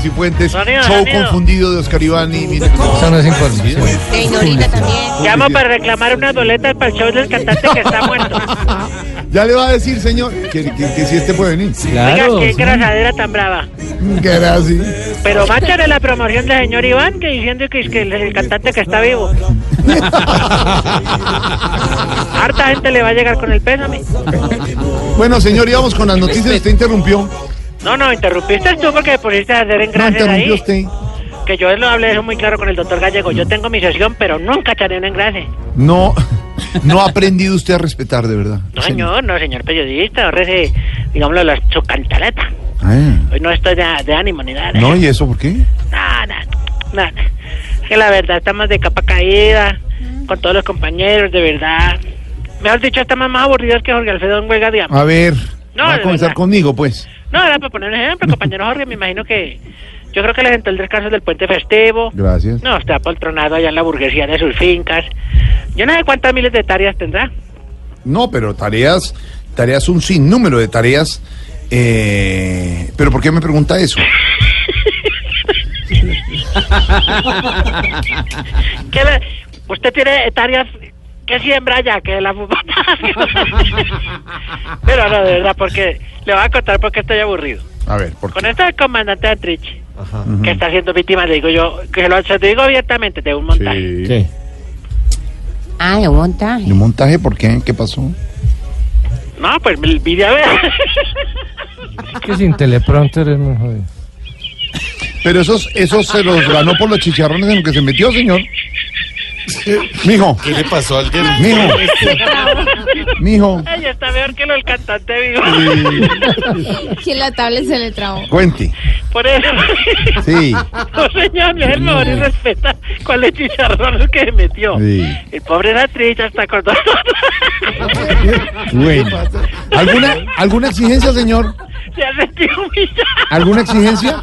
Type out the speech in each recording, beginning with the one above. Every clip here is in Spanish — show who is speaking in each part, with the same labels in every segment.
Speaker 1: Cifuentes,
Speaker 2: Sonido,
Speaker 1: show
Speaker 2: sonido.
Speaker 1: confundido de Oscar Ivani. Mira,
Speaker 3: Esa no es información.
Speaker 4: E Ignorita también.
Speaker 2: Llamo para reclamar unas boletas para el show del cantante que está muerto.
Speaker 1: ya le va a decir, señor, que, que, que si este puede venir.
Speaker 2: Oiga,
Speaker 3: Claro.
Speaker 2: qué
Speaker 3: sí.
Speaker 2: grasadera tan brava.
Speaker 1: Gracias.
Speaker 2: Pero máchale la promoción del señor Iván que diciendo que es que el, el cantante que está vivo. Harta gente le va a llegar con el pésame.
Speaker 1: Bueno, señor, íbamos con las noticias. Usted interrumpió.
Speaker 2: No, no, interrumpiste tú porque me pusiste a hacer
Speaker 1: No
Speaker 2: engrases
Speaker 1: interrumpió
Speaker 2: ahí.
Speaker 1: usted.
Speaker 2: Que yo lo hablé eso muy claro con el doctor Gallego. Yo tengo mi sesión, pero nunca echaré un engrase.
Speaker 1: No, no ha aprendido usted a respetar, de verdad.
Speaker 2: No, señor, no, señor periodista. Ahora sí, digámoslo, las- su cantaleta.
Speaker 1: Ah,
Speaker 2: Hoy no estoy de, de ánimo ni nada.
Speaker 1: no, ¿y eso por qué?
Speaker 2: Nada, nada. Que la verdad estamos de capa caída con todos los compañeros, de verdad. Mejor dicho, estamos más aburridos que Jorge Alfredo en huelga, digamos.
Speaker 1: A ver,
Speaker 2: No,
Speaker 1: va
Speaker 2: de
Speaker 1: a comenzar
Speaker 2: verdad.
Speaker 1: conmigo, pues.
Speaker 2: No, era para poner un ejemplo, compañero Jorge, me imagino que yo creo que les entró el descanso del puente festivo.
Speaker 1: Gracias.
Speaker 2: No, está apoltronado allá en la burguesía de sus fincas. Yo no sé cuántas miles de hectáreas tendrá.
Speaker 1: No, pero tareas, tareas, un sinnúmero de tareas. eh, pero ¿por qué me pregunta eso?
Speaker 2: ¿Qué le- usted tiene hectáreas que siembra allá, que la fumata. Pero no, de verdad, porque le voy a contar porque estoy aburrido.
Speaker 1: A ver, ¿por
Speaker 2: Con
Speaker 1: qué?
Speaker 2: esto del comandante Atrich, que está siendo víctima, le digo yo, que lo, se lo digo abiertamente, de un montaje.
Speaker 1: Sí.
Speaker 3: ¿Qué?
Speaker 4: Ah, de montaje.
Speaker 1: ¿Y un montaje por qué? ¿Qué pasó?
Speaker 2: No, pues me vine a ver.
Speaker 3: Que sin teleprompter es muy jodido.
Speaker 1: Pero esos, esos se los ganó por los chicharrones en los que se metió, señor. Mijo,
Speaker 5: ¿Qué le pasó al del
Speaker 1: mijo, mijo,
Speaker 2: Ay, está peor que lo del cantante vivo.
Speaker 6: Que la tablet se le trabó.
Speaker 1: cuente.
Speaker 2: Por eso,
Speaker 1: Sí,
Speaker 2: no, señor, no es el mejor y respeta cuáles chicharrones que se metió.
Speaker 1: sí.
Speaker 2: El pobre Atrich hasta acordó.
Speaker 1: Bueno. ¿Alguna, ¿Alguna exigencia, señor?
Speaker 2: se ha sentido humillado.
Speaker 1: ¿Alguna exigencia?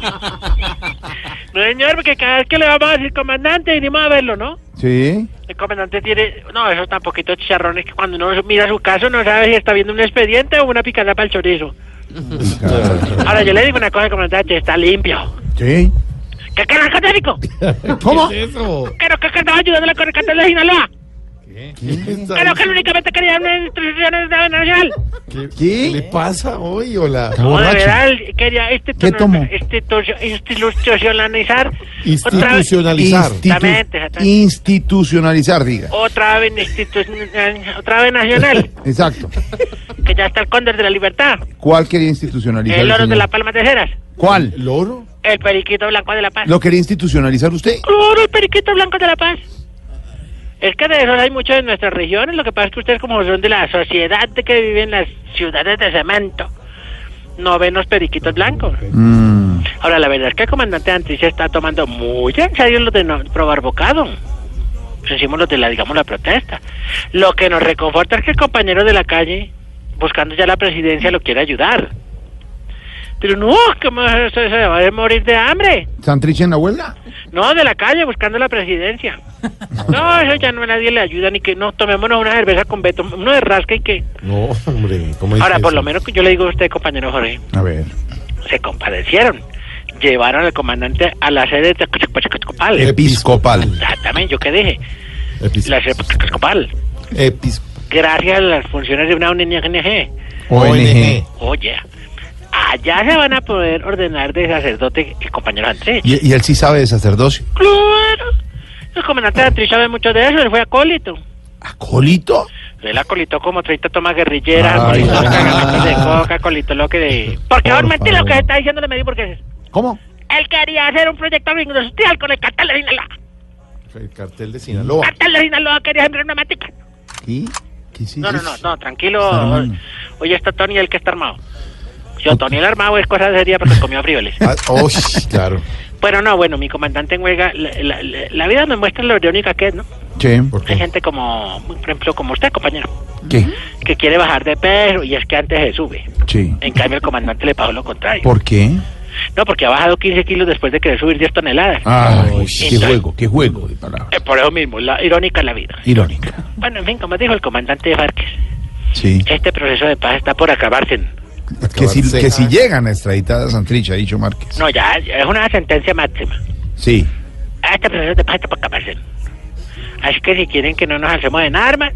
Speaker 2: No, señor, porque cada vez que le vamos a decir comandante, vinimos a verlo, ¿no?
Speaker 1: Sí.
Speaker 2: El comandante tiene, no, esos tan poquitos chicharrones que cuando uno mira su caso no sabe si está viendo un expediente o una picada para el chorizo. Ahora yo le digo una cosa, comandante, está limpio.
Speaker 1: Sí.
Speaker 2: ¿Qué qué narcotráfico?
Speaker 1: ¿Cómo?
Speaker 5: eso?
Speaker 2: Creo que estaba ayudándole con el cartel de Sinaloa. Creo que él únicamente quería dar una instrucción de la nacional.
Speaker 1: ¿Qué?
Speaker 5: ¿Qué, qué le pasa hoy? Hola.
Speaker 2: No, de verdad, él quería este
Speaker 1: tomó?
Speaker 2: institucionalizar. Institucionalizar. otra vez-
Speaker 5: Institucionalizar.
Speaker 1: Institu-
Speaker 2: Exactamente, exactamente.
Speaker 1: institucionalizar, diga.
Speaker 2: Otra vez, institucional- otra vez nacional,
Speaker 1: Exacto.
Speaker 2: que ya está el cóndor de la libertad,
Speaker 1: ¿Cuál quería institucionalizar?
Speaker 2: el oro de
Speaker 1: señor?
Speaker 2: la palma de ceras,
Speaker 1: ¿Cuál?
Speaker 5: ¿Loro?
Speaker 2: el periquito blanco de la paz.
Speaker 1: ¿Lo quería institucionalizar usted?
Speaker 2: Claro, el periquito blanco de La Paz. Es que de esos hay muchos en nuestras regiones. Lo que pasa es que ustedes, como son de la sociedad de que viven en las ciudades de cemento, no ven los periquitos blancos.
Speaker 1: Mm,
Speaker 2: Ahora, la verdad es que el comandante Antis está tomando muy en serio lo de no probar bocado. Pues Hicimos los de la, digamos, la protesta. Lo que nos reconforta es que el compañero de la calle, buscando ya la presidencia, lo quiere ayudar. Pero no, ¿cómo es eso? ¿Se va a morir de hambre?
Speaker 1: ¿Santrich en la huelga?
Speaker 2: No, de la calle, buscando la presidencia. No, eso ya no a nadie le ayuda, ni que no, tomémonos una cerveza con Beto, uno de rasca y que...
Speaker 5: No, hombre. ¿cómo dice
Speaker 2: Ahora, por
Speaker 5: eso?
Speaker 2: lo menos que yo le digo a usted, compañero Jorge,
Speaker 1: A ver.
Speaker 2: se compadecieron. Llevaron al comandante a la sede de Episcopal.
Speaker 5: Episcopal.
Speaker 2: Exactamente, yo qué dije,
Speaker 5: Epis-
Speaker 2: la sede Episcopal.
Speaker 5: Epis-
Speaker 2: Gracias a las funciones de una ONG.
Speaker 5: ONG.
Speaker 2: Oye, allá se van a poder ordenar de sacerdote el compañero Andrés.
Speaker 1: ¿Y, y él sí sabe de sacerdocio?
Speaker 2: Claro, el comandante Andrés sabe mucho de eso, él fue acólito.
Speaker 1: ¿Acolito?
Speaker 2: Él acolitó como 30 tomas guerrilleras,
Speaker 1: Ay,
Speaker 2: acolitó
Speaker 1: ay,
Speaker 2: cagamantes de
Speaker 1: ay.
Speaker 2: coca, acolitó lo que de... Porque
Speaker 1: Por
Speaker 2: obviamente lo
Speaker 1: favor.
Speaker 2: que se está diciendo le medí porque
Speaker 1: ¿Cómo?
Speaker 2: él quería hacer un proyecto industrial con el cartel de Sinaloa.
Speaker 5: El cartel de Sinaloa.
Speaker 2: cartel de Sinaloa quería sembrar una matica.
Speaker 5: ¿Qué? ¿Qué hiciste?
Speaker 2: No, no, no, no, tranquilo.
Speaker 5: Armando.
Speaker 2: Oye, está Tony el que está armado. Yo, Tony el armado es cosa seria porque comió frijoles.
Speaker 5: Ah, oh, claro.
Speaker 2: Pero no, bueno, mi comandante en huelga, la, la- la- la vida nos muestra lo irónica que es, ¿no?
Speaker 5: Che, ¿por
Speaker 2: Hay
Speaker 5: qué?
Speaker 2: gente como, por ejemplo, como usted, compañero,
Speaker 1: ¿Qué?
Speaker 2: que quiere bajar de peso y es que antes se sube.
Speaker 5: Sí.
Speaker 2: En cambio, el comandante le pasó lo contrario.
Speaker 5: ¿Por qué?
Speaker 2: No, porque ha bajado 15 kilos después de querer subir 10 toneladas.
Speaker 1: Ay,
Speaker 2: sí.
Speaker 1: qué juego, qué juego de palabras.
Speaker 2: Eh, por eso mismo, la irónica es la vida.
Speaker 1: Irónica.
Speaker 2: Bueno, en fin, como dijo el comandante Farques,
Speaker 5: Sí.
Speaker 2: este proceso de paz está por acabarse.
Speaker 1: Que si,
Speaker 5: Acabarse.
Speaker 1: que si llegan extraditadas a Santrich, ha dicho Márquez.
Speaker 2: No, ya, ya es una sentencia máxima.
Speaker 1: Sí.
Speaker 2: Ah, Este proceso de paz está por acabarse. Así que si quieren que no nos hacemos en armas,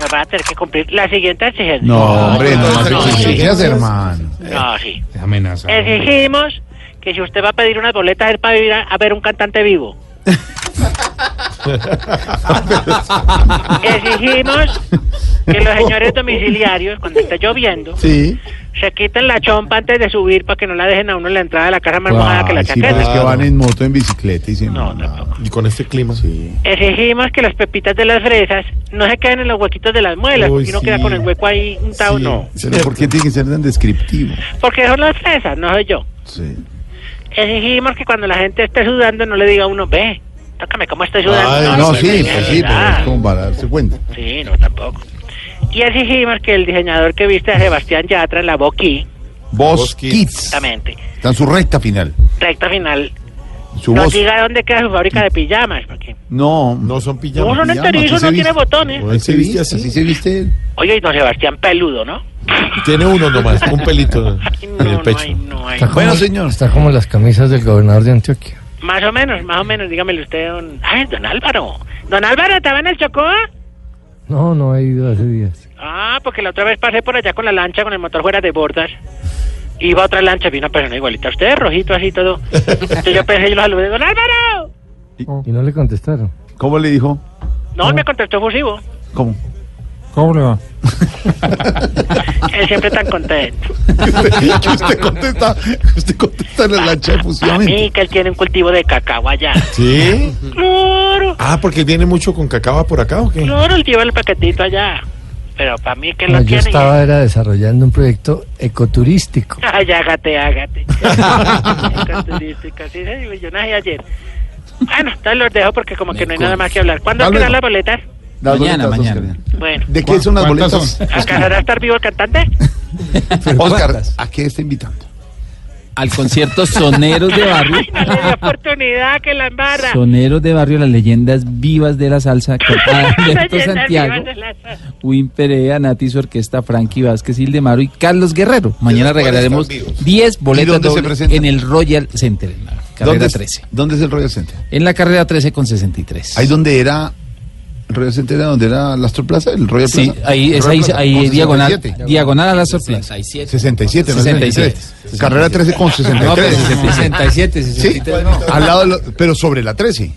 Speaker 2: nos van a tener que cumplir la siguiente exigencia.
Speaker 1: No, hombre, no,
Speaker 5: no,
Speaker 1: no,
Speaker 5: no,
Speaker 1: no,
Speaker 5: no,
Speaker 1: exigencias, hermano.
Speaker 2: No, sí.
Speaker 1: Amenaza.
Speaker 2: Exigimos que si usted va a pedir unas boletas es para ir a, a ver un cantante vivo. Exigimos que los señores domiciliarios, cuando esté lloviendo,
Speaker 5: Sí.
Speaker 2: se quiten la chompa antes de subir para que no la dejen a uno en la entrada de la casa más mojada que la
Speaker 5: sí,
Speaker 2: chaqueta.
Speaker 5: pero es que van en moto, en bicicleta y sin
Speaker 2: No, tampoco.
Speaker 5: Y con este clima. Sí.
Speaker 2: Exigimos que las pepitas de las fresas no se queden en los huequitos de las muelas,
Speaker 5: Uy,
Speaker 2: porque uno
Speaker 5: sí.
Speaker 2: queda con el hueco ahí untado.
Speaker 5: Sí,
Speaker 2: No,
Speaker 5: Pero ¿por qué tiene que ser tan descriptivo?
Speaker 2: porque son las fresas, no soy yo.
Speaker 5: Sí.
Speaker 2: Exigimos que cuando la gente esté sudando no le diga a uno, ve, tócame cómo estoy sudando.
Speaker 5: Ay, no,
Speaker 2: no,
Speaker 5: sí,
Speaker 2: no,
Speaker 5: pues sí, pero
Speaker 2: ah,
Speaker 5: es como para darse cuenta.
Speaker 2: Sí, no, tampoco. Y exigimos que el diseñador que viste a Sebastián Yatra en la Boquí,
Speaker 1: Vos
Speaker 5: Vos
Speaker 1: Kids.
Speaker 2: exactamente,
Speaker 1: Está en su recta final.
Speaker 2: recta final,
Speaker 1: Su
Speaker 2: nos
Speaker 1: voz.
Speaker 2: diga dónde queda su fábrica de pijamas, porque
Speaker 1: No,
Speaker 5: No son pijamas.
Speaker 2: uno no
Speaker 5: pijamas,
Speaker 2: enterizo,
Speaker 5: así se
Speaker 2: no
Speaker 5: viste.
Speaker 2: tiene botones.
Speaker 5: Así se viste así.
Speaker 1: Así se viste él.
Speaker 2: Oye, y don Sebastián peludo, ¿no?
Speaker 5: Tiene uno nomás, un pelito en
Speaker 2: No,
Speaker 5: el
Speaker 2: no
Speaker 5: pecho.
Speaker 2: hay, no hay.
Speaker 3: Está como-
Speaker 1: Bueno, señor.
Speaker 3: Está como las camisas del gobernador de Antioquia.
Speaker 2: Más o menos, más o menos, dígamelo usted, don... Ay, don Álvaro. Don Álvaro, ¿estaba en el Chocó?
Speaker 3: No, no he ido hace días.
Speaker 2: Ah, porque la otra vez pasé por allá con la lancha, con el motor fuera de bordas. Iba otra lancha, vi una persona igualita a usted, rojito, así todo. Entonces yo pensé, yo lo saludé, don Álvaro.
Speaker 3: Y no le contestaron.
Speaker 5: ¿Cómo le dijo?
Speaker 2: No, él me contestó fusivo.
Speaker 5: ¿Cómo?
Speaker 3: ¿Cómo le va?
Speaker 2: Él siempre tan contento.
Speaker 5: que usted contesta, usted contesta en la lancha de
Speaker 2: A
Speaker 5: fusilamiento.
Speaker 2: mí que él tiene un cultivo de cacao allá.
Speaker 5: ¿Sí?
Speaker 2: Claro,
Speaker 5: Ah, porque viene mucho con cacao por acá o qué?
Speaker 2: claro, él lleva el paquetito allá. Pero para mí que
Speaker 3: No,
Speaker 7: Eh,
Speaker 2: lo
Speaker 3: yo
Speaker 2: tiene...
Speaker 3: estaba era desarrollando un proyecto ecoturístico.
Speaker 2: Ay, hágate, hágate. Características, sí, sí, yo nací ayer. Bueno, entonces los dejo porque como que no hay nada más que hablar. ¿Cuándo
Speaker 1: Hasta
Speaker 2: quedan las
Speaker 1: luego.
Speaker 2: boletas?
Speaker 1: Las
Speaker 7: Mañana,
Speaker 1: boletas,
Speaker 7: mañana.
Speaker 1: Oscar.
Speaker 2: Bueno,
Speaker 5: ¿De qué son las
Speaker 1: ¿Cuántas
Speaker 5: boletas?
Speaker 1: son?
Speaker 2: ¿alcanzará a estar vivo el cantante?
Speaker 1: Oscar, ¿a qué está invitando?
Speaker 7: Al concierto Soneros de Barrio.
Speaker 2: Ay, dale la oportunidad que la embarra.
Speaker 7: Soneros de Barrio, las leyendas vivas Ah, de la salsa con Alberto
Speaker 2: Leyendas
Speaker 7: Santiago,
Speaker 2: vivas de la salsa.
Speaker 7: Win Perea, Nati su orquesta, Frankie Vázquez, Ildemaro y Carlos Guerrero. Mañana
Speaker 5: cuales
Speaker 7: regalaremos
Speaker 5: están vivos.
Speaker 7: 10 boletas
Speaker 1: dónde se
Speaker 7: dobles
Speaker 1: presentan?
Speaker 7: en el Royal Center, en la carrera
Speaker 1: es-
Speaker 7: 13.
Speaker 1: ¿Dónde es el Royal Center?
Speaker 7: En la carrera 13 con 63.
Speaker 1: Ahí donde era. ¿El Royal Center era donde era la Astroplaza? ¿El Royal
Speaker 7: Sí,
Speaker 1: Plaza?
Speaker 7: ahí es
Speaker 1: Royal
Speaker 7: ahí,
Speaker 1: Plaza,
Speaker 7: ahí
Speaker 1: con
Speaker 7: diagonal,
Speaker 1: 67.
Speaker 7: diagonal a la sorpresa.
Speaker 1: 67, no
Speaker 7: 67.
Speaker 1: 63. Carrera 13 con 63.
Speaker 7: pues, 67,
Speaker 1: Sí, al lado, de lo- pero sobre la 13.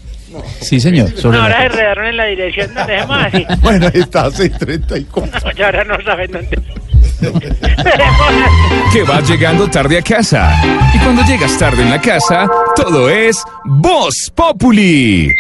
Speaker 7: Sí, señor. sobre
Speaker 2: No,
Speaker 7: la
Speaker 2: ahora se
Speaker 7: tres.
Speaker 2: enredaron en la dirección, no dejemos así.
Speaker 1: Bueno, ahí está, 634.
Speaker 2: No, ya ahora no saben dónde. Dejemos así.
Speaker 8: que vas llegando tarde a casa. Y cuando llegas tarde en la casa, todo es Voz Populi.